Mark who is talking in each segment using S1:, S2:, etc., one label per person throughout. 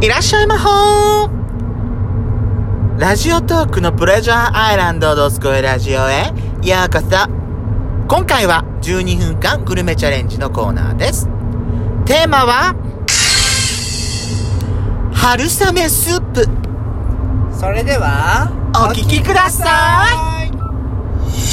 S1: いらっしゃいまほーラジオトークのプレジャーアイランドドスコイラジオへようこそ今回は12分間グルメチャレンジのコーナーですテーマは春雨スープ
S2: それでは
S1: お聞きくださ
S2: い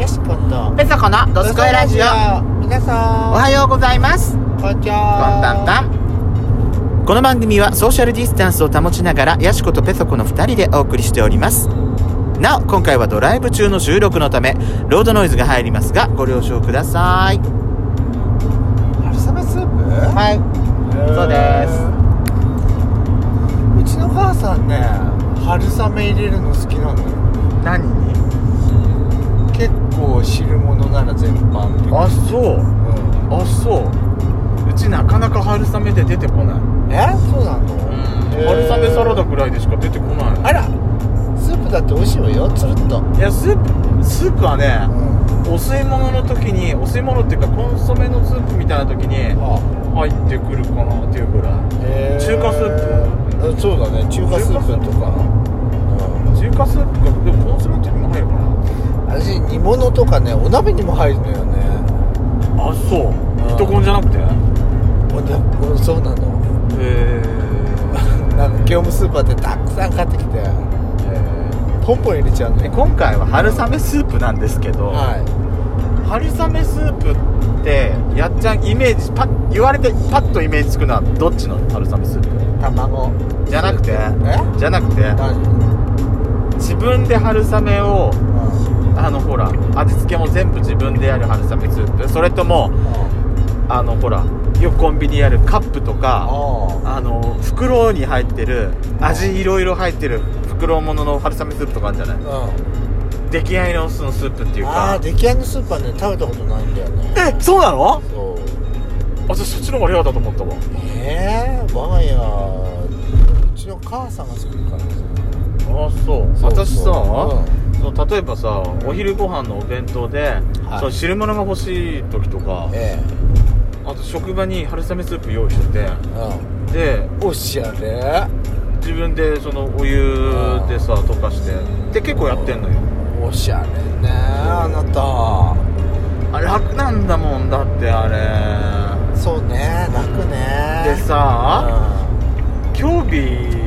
S2: よしこと
S1: ペソコのドスコイラジオ
S2: 皆さん
S1: おはようございます
S2: こんにち
S1: タ
S2: は
S1: ンタンタンこの番組はソーシャルディスタンスを保ちながらヤシコとペソコの2人でお送りしておりますなお今回はドライブ中の収録のためロードノイズが入りますがご了承ください
S2: 春雨スープ
S1: はいそうです
S2: うちの母さんね春雨入れるの好きなのよ
S1: 何に
S2: 結構汁物なら全般的
S1: あそう
S2: う
S1: あそううちなかなか春雨で出てこない
S2: んえそうなのへー
S1: ぐらいでしか出てこな
S2: あらスープだって美味しいわよつるっと
S1: いいやスープスープはね
S2: うん
S1: お吸い物の時にお吸い物っていうかコンソメのスープみたいな時に
S2: あ
S1: 入ってくるかなっていうぐらい
S2: へー
S1: 中華スー
S2: うんそうだね中華スープとか
S1: 中華スープかでもコンソメっていうのも入るか
S2: うん私煮物とかねお鍋にも入るのよね
S1: なあ
S2: う
S1: そ
S2: ん
S1: ンじゃなくてへ
S2: おなうんそうなの
S1: え
S2: なんか業務スーパーでたくさん買ってきてポンポン入れちゃうね
S1: 今回は春雨スープなんですけど、
S2: は
S1: 春雨スープってやっちゃんイメージパッ言われてパッとイメージつくのはどっちの春雨スー
S2: い卵
S1: プじゃなくて
S2: え
S1: じゃなくて
S2: 何
S1: 自分で春雨を
S2: うん
S1: あのほら味付けも全部自分でやる春雨スープそれともあのほらよくコンビニにあるカップと
S2: あ
S1: か
S2: あ
S1: あの袋に入ってる味いろいろ入ってる袋物の春雨スープとかあるんじゃない
S2: うん
S1: 出来合いのそのスープっていう
S2: ああ
S1: か
S2: 出来合いのスーパーね食べたことないんだよね
S1: えそうなの
S2: そう
S1: あそそっちの方がレアだと思ったわ
S2: ええ我が家うちの母さんが作るからさ
S1: あそう
S2: そう
S1: 私さ、
S2: う
S1: その例えばさお昼ご飯のお弁当で、
S2: はい
S1: その汁物が欲しい時とか
S2: え
S1: あと職場に春雨スープ用意してて
S2: えう
S1: で
S2: んおしゃれ
S1: 自分でそのお湯でさ溶かしてで結構やってんのよ
S2: おしゃれねあなた
S1: あ楽なんだもんだってあ
S2: そうね楽ね
S1: れでさ今日日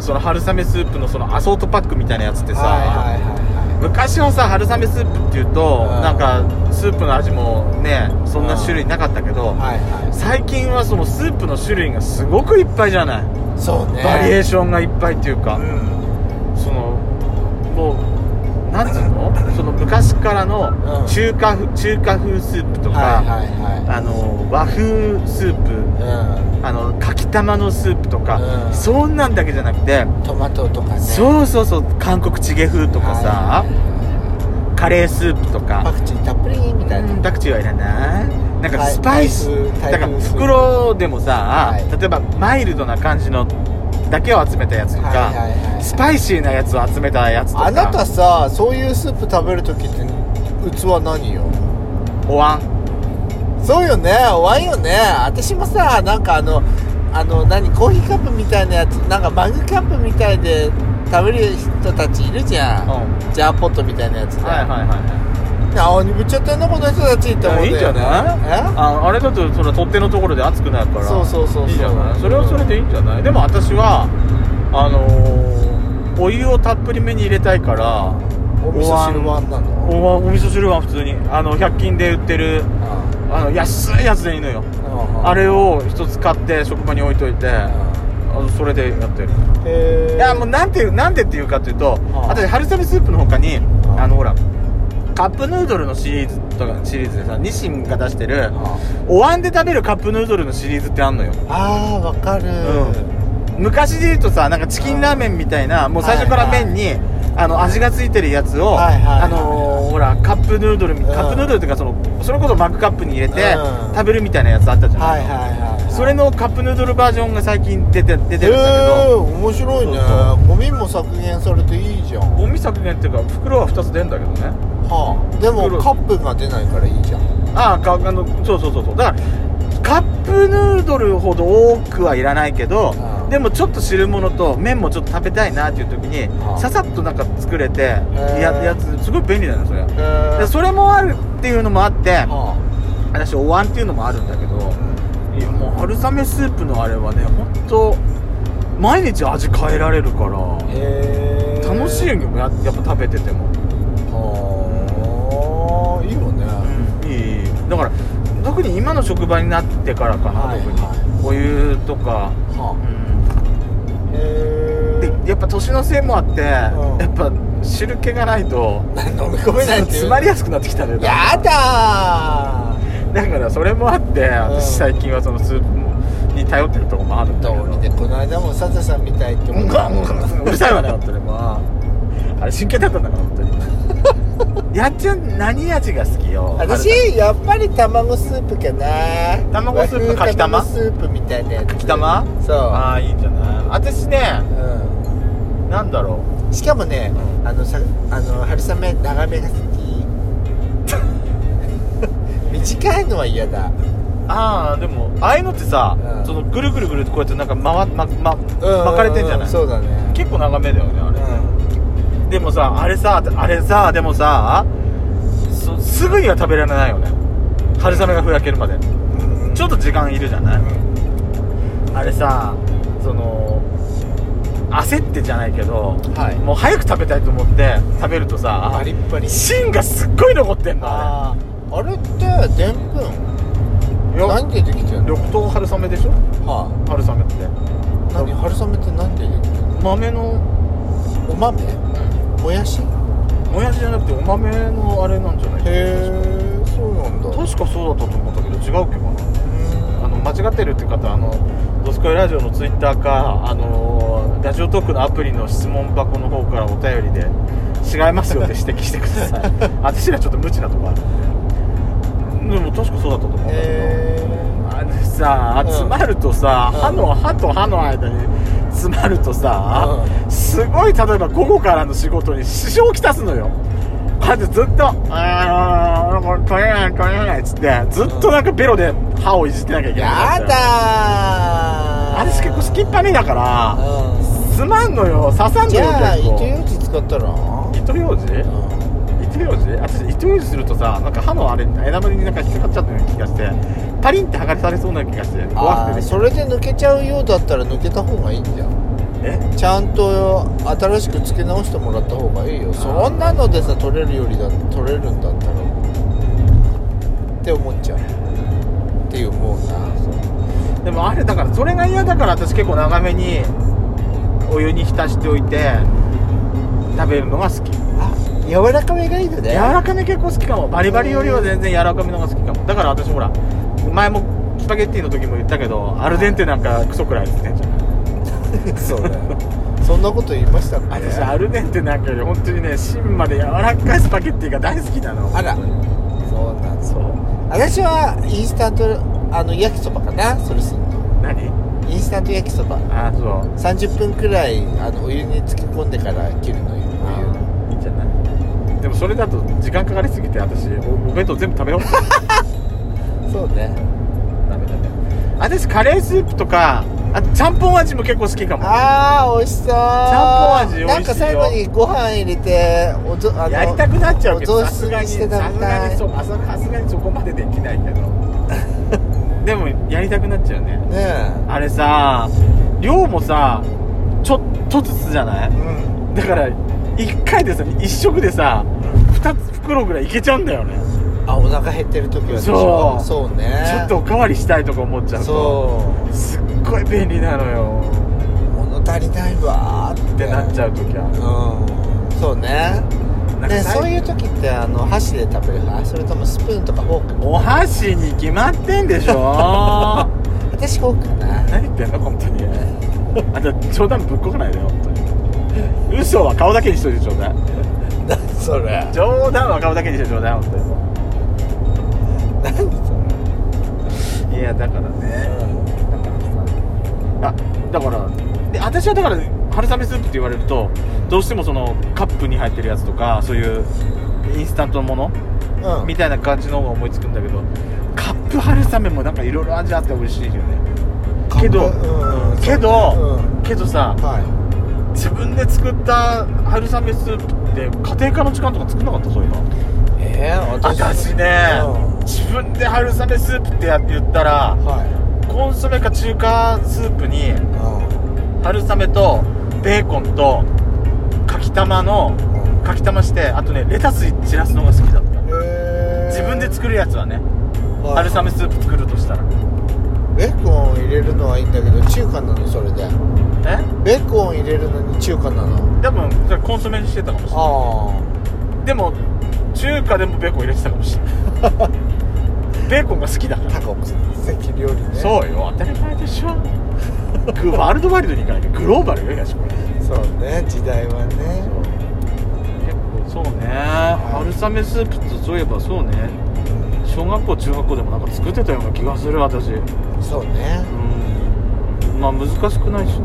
S1: その春雨スープのそのアソートパックみたいなやつっ
S2: う
S1: て
S2: ん
S1: さ、
S2: はいはいはいは
S1: 昔はさ春雨スープっていうと
S2: うん
S1: なんかスープの味もねそんな種類なかったけど
S2: いはいは
S1: 最近はそのスープの種類がすごくいっぱいじゃない
S2: いそうね
S1: バリエー
S2: シ
S1: ションがいっぱいっていうか
S2: うん
S1: そのもうなんつうのその昔から
S2: う
S1: の
S2: ん
S1: 中華風中華風スープとか、
S2: はいはいは
S1: あの和風スー
S2: い
S1: プあのかきたまのスープとか、
S2: うん
S1: そんなんだけじゃなくて、
S2: うんトマトとかねう
S1: そうそうそう韓国チゲ風とかさ、カレースープと
S2: パ
S1: か、
S2: クチーたっぷりみたいな
S1: うん、パクチーはいらないなんか
S2: はい
S1: スパイス
S2: タイプ
S1: だか
S2: タイ
S1: ら
S2: プスープ
S1: 袋でもさ、
S2: はい
S1: 例えばマイルドな感じのだけを集めたやつとか、
S2: はいはいはい
S1: スパイシーなやつを集めたやつとか
S2: あなたさそういうスープ食べるときって器何よ
S1: お椀ん
S2: そうよねワインよね私もさなんかあのあの何コーヒーカップみたいなやつなんかマグカップみたいで食べる人たちいるじゃん、ジャーポットみたいなやつで、
S1: はいはいはい
S2: ああにぶっちゃってんなこの人たちって思う
S1: い
S2: ね
S1: やいいんじゃない
S2: え
S1: ああれだとその取っ手のところで熱くなるから
S2: そうそうそうそう
S1: いじゃないそれはそれでいいんじゃないでも私はあのー、お湯をたっぷりめに入れたいから
S2: お味噌汁ワンな
S1: お
S2: の
S1: 椀お味噌汁は普通にあの100均で売ってる
S2: あ
S1: あの安いやつでいいのよ
S2: あ
S1: あれを一つ買って職場に置いといてあのそれでやってる
S2: へえ
S1: いやもうなんていうなんでっていうかっていうと
S2: あ
S1: 私春雨スープの他に
S2: あ
S1: あのほらカップヌードルのシリーズとかシリーズでさ日清が出してる
S2: あ
S1: お椀で食べるカップヌードルのシリーズってあんのよ
S2: あーわかる、
S1: 昔で言うとさなんかチキンラーメンみたいなもう最初から麺に、あの味がついてるやつを、
S2: はいはいはい
S1: あのーほらカップヌードルみ、
S2: うん
S1: カップヌードルっていうかそのそれこそマグカップに入れて
S2: うん
S1: 食べるみたいなやつあったじゃん、
S2: はいはいはい、はい、
S1: それのカップヌードルバージョンが最近出て出てるんだけ
S2: えー、
S1: ど、
S2: 面白いね
S1: そうそ
S2: ゴミも削減されていいじゃん
S1: ゴミ削減っていうか袋は2つ出るんだけどね
S2: はあでも
S1: 袋
S2: カップが出ないからいいじゃん
S1: ああかあのそうそうそうそうだからカップヌードルほど多くはいらないけど
S2: ああ
S1: でもちょっと汁物と麺もちょっと食べたいなっていう時に
S2: ああ
S1: ささっとなんか作れて
S2: ー
S1: ややつすごい便利なのそれ
S2: えー
S1: でそれもあるっていうのもあって
S2: あ
S1: 私お椀っていうのもあるんだけどいやもう春雨スープのあれはね本当毎日味変えられるから
S2: へー
S1: 楽しいよややっぱ食べてても
S2: あーいいよね
S1: いいだから特に今の職場になってからかな、
S2: はい
S1: 特に、
S2: は
S1: お湯とか、
S2: は
S1: う
S2: あへえ
S1: ん、でやっぱ年のせいもあって、やっぱ汁気がないと
S2: 飲み込めないっていう
S1: 詰まりやすくなってきたね
S2: やだ
S1: だからそれもあって私最近はそのスープに頼ってるとこもあるん
S2: ー
S1: だけど
S2: 道理でこの間もサザさんみたいって
S1: う
S2: 思っ
S1: ん
S2: た
S1: がもううるさいわね本当にもうあれ真剣だったんだから本当 にやっちゃん何味が好きよ
S2: 私やっぱり卵スープかな
S1: 卵スープ
S2: 和風
S1: かきたま
S2: 卵スープみたいなやつ
S1: きたま
S2: そう
S1: ああいいんじゃない私ね
S2: う
S1: なんだろうん
S2: しかもねあのさあの春雨長めが 好き短いのは嫌だ
S1: ああでもああいうのってさ、
S2: うん
S1: そのぐるぐるぐるってこうやってなんか回まま
S2: うん
S1: 巻かれてんじゃない
S2: そうだね
S1: 結構長めだよねあれ、でもさあれさあれさでもさそすぐには食べられないよね春雨がふやけるまで
S2: うん
S1: ちょっと時間いるじゃない、あれさその焦ってじゃないけど、
S2: はい
S1: もう早く食べたいと思って食べるとさ
S2: パリッパリ
S1: 芯がすっごい残ってんのあ
S2: あーあれってでんぷん
S1: れよ
S2: 何でできてるの
S1: 緑豆春雨でしょ
S2: は
S1: 春雨っ
S2: い
S1: て
S2: 何春雨って何でできてるの
S1: 豆の
S2: お豆もやし
S1: もやしじゃなくてお豆のあれなんじゃない
S2: へえそうなんだ
S1: 確かそうだったと思ったけど違うっけかなあの間違ってるって方あの「ドスコイラジオ」のツイッターかあのラジオトークのアプリの質問箱の方からお便りで「違いますよ」って指 摘してください私らちょっと無知なとこあるでも確かそうだったと思うんだけど、
S2: へ
S1: あのさ
S2: うん
S1: 詰まるとさ、
S2: うん
S1: 歯の歯と歯の間に詰まるとさ、
S2: う
S1: すごい例えば午後からの仕事に支障をきたすのよこうやってずっと「ああこれ取れない取れない」っつってずっとなんかベロで歯をいじってなきゃい
S2: え
S1: け
S2: や
S1: ない
S2: だー
S1: あれ結構すきっぱねだから
S2: う
S1: 詰まんのよ刺さん
S2: ん
S1: の
S2: じ
S1: よ
S2: ゃあ
S1: 結
S2: 糸よ
S1: 構
S2: うじ使ったらうん
S1: 糸ようじ糸ようじ私糸ようじするとさなんか歯のあれ枝豆になんか引っかかっちゃったような気がしてパリンって剥がされそうな気がして怖
S2: あ
S1: くて
S2: ー
S1: ね
S2: それで抜けちゃうようだったら抜けた方がいいんじゃん
S1: え
S2: ちゃんと新しく付け直してもらった方がいいよそんなのでさ取れるよりだ取れるんだったらって思っちゃうって思うな
S1: でもあれだからそれが嫌だから私結構長めにお湯に浸しておいて食べるのが好き
S2: あ柔らかめがいいのね
S1: 柔らかめ結構好きかもバリバリよりは全然柔らかめのが好きかもだから私ほら前もスパゲッティの時も言ったけどアルデンテなんかクソくらいですね
S2: そうだよ そんなこと言いましたっけ
S1: 私アルデンテなんかより本当にね芯まで柔らかいスパゲッティが大好きなの
S2: あらそうなんです
S1: そう
S2: 私はインスタントあの焼きそばかなそれすんの
S1: 何
S2: インスタント焼きそば
S1: ああそう
S2: 30分くらいあのお湯につけ込んでから切るのよお湯
S1: いいんじゃないでもそれだと時間かかりすぎて私おお弁当全部食べよう
S2: そうね
S1: ダメダメ私カレースープとかあとちゃんぽん味も結構好きかも
S2: あー美味しそうち
S1: ゃんぽん味美味しいよ
S2: なんか最後にご飯入れておぞあの
S1: やりたくなっちゃうけ
S2: お
S1: ど
S2: 雑炊
S1: さすがに
S2: し
S1: さ
S2: て
S1: す
S2: 食べた
S1: が
S2: い
S1: にそうあそさすがにそこまでできないけ どでもやりたくなっちゃうね
S2: ね
S1: あれさ量もさちょっとずつじゃない
S2: えうん
S1: だから1回でさ1食でさ2つ袋ぐらいいけちゃうんだよね
S2: あお腹減ってる時はでしょ
S1: そう
S2: そうね
S1: ちょっとおかわりしたいとか思っちゃうと
S2: そ
S1: すっごい便利なのよ
S2: う物足りないわーっ
S1: って
S2: て
S1: なっちゃう時は
S2: うんそうね
S1: なんか
S2: ね
S1: さ
S2: そういう時ってあの箸で食べる派それともスプーンとかフォーク
S1: お箸に決まってんでしょ
S2: 私フォークか な
S1: 何言ってんの本当にあんた冗談ぶっこかないでよ本当に嘘は顔だけにしといてちょうだい
S2: 何それ
S1: 冗談は顔だけにしてちょうだい本
S2: 何それ
S1: 当にいやだからねあだからで私はだから春雨スープって言われるとどうしてもそのカップに入ってるやつとかそういうインスタントのもの
S2: うん
S1: みたいな感じの方が思いつくんだけどカップ春雨もなんかいろいろ味あって美味しいよねけど、
S2: カップうん
S1: うんけど、
S2: うん
S1: けどさ
S2: は
S1: 自分で作った春雨スープって家庭科の時間とか作んなかったそういえば
S2: いえー、
S1: 私ね、
S2: うん
S1: 自分で春雨スープってやって言ったら
S2: は
S1: コンソメか中華スープに
S2: いうん
S1: 春雨とベーコンとかきたまの
S2: うん
S1: かきたましてあとねレタス散らすのが好きだった
S2: えー
S1: 自分で作るやつはね
S2: はい
S1: 春雨スープ作るとしたら
S2: ベーコンを入れるのはいいんだけど中華なのそれで
S1: え
S2: ベーコンを入れるのに中華なの
S1: 多分それコンソメにしてたかもしれな
S2: あ
S1: いでも中華でもベーコン入れてたかもしれないベーコンが好きだか
S2: あ
S1: ら
S2: タコも関料理ね
S1: そうよ当たり前で しょグワールドワイルドに行かなきゃグローバルよ東これ
S2: そうね時代はね
S1: 結構そうね春雨スープってそういえばそうね小学校中学校でもなんか作ってたような気がする私うん
S2: そうね
S1: まあ難しくないしね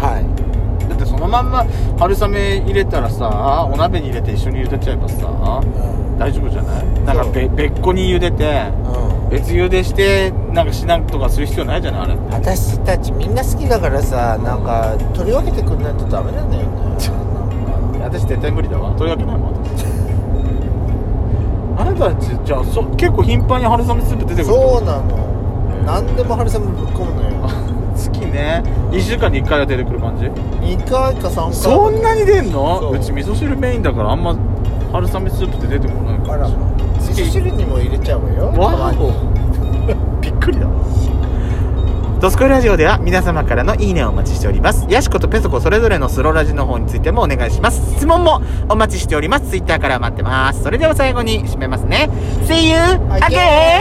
S2: はい
S1: だってそのまんま春雨入れたらさお鍋に入れて一緒に茹でちゃえばさ
S2: うん
S1: 大丈夫じゃないなんか
S2: そう
S1: べ別個に茹でて
S2: うん
S1: 別茹でしてなんかしなんとかする必要ないじゃないあれって
S2: 私たちみんな好きだからさなんか取り分けてくんないとダメなんだよ ね
S1: 私絶対無理だわというわけないもん私あなたたちじゃあそ結構頻繁に春雨スープ出てくる
S2: そうなの何でも春雨ぶっ込むのよ
S1: 好きね2週間に1回は出てくる感じ
S2: 2回か3回
S1: そんなに出んの
S2: そう
S1: うち味噌汁メインだからあんま春雨スープって出てこない
S2: あ
S1: から
S2: 味噌汁にも入れちゃうわよ
S1: わお びっくりだ
S3: ドスコイラジオでは皆様からのいいねをお待ちしております。ヤシコとペソコそれぞれのスロラジの方についてもお願いします。質問もお待ちしております。ツイッターから待ってます。それでは最後に締めますね。See you again!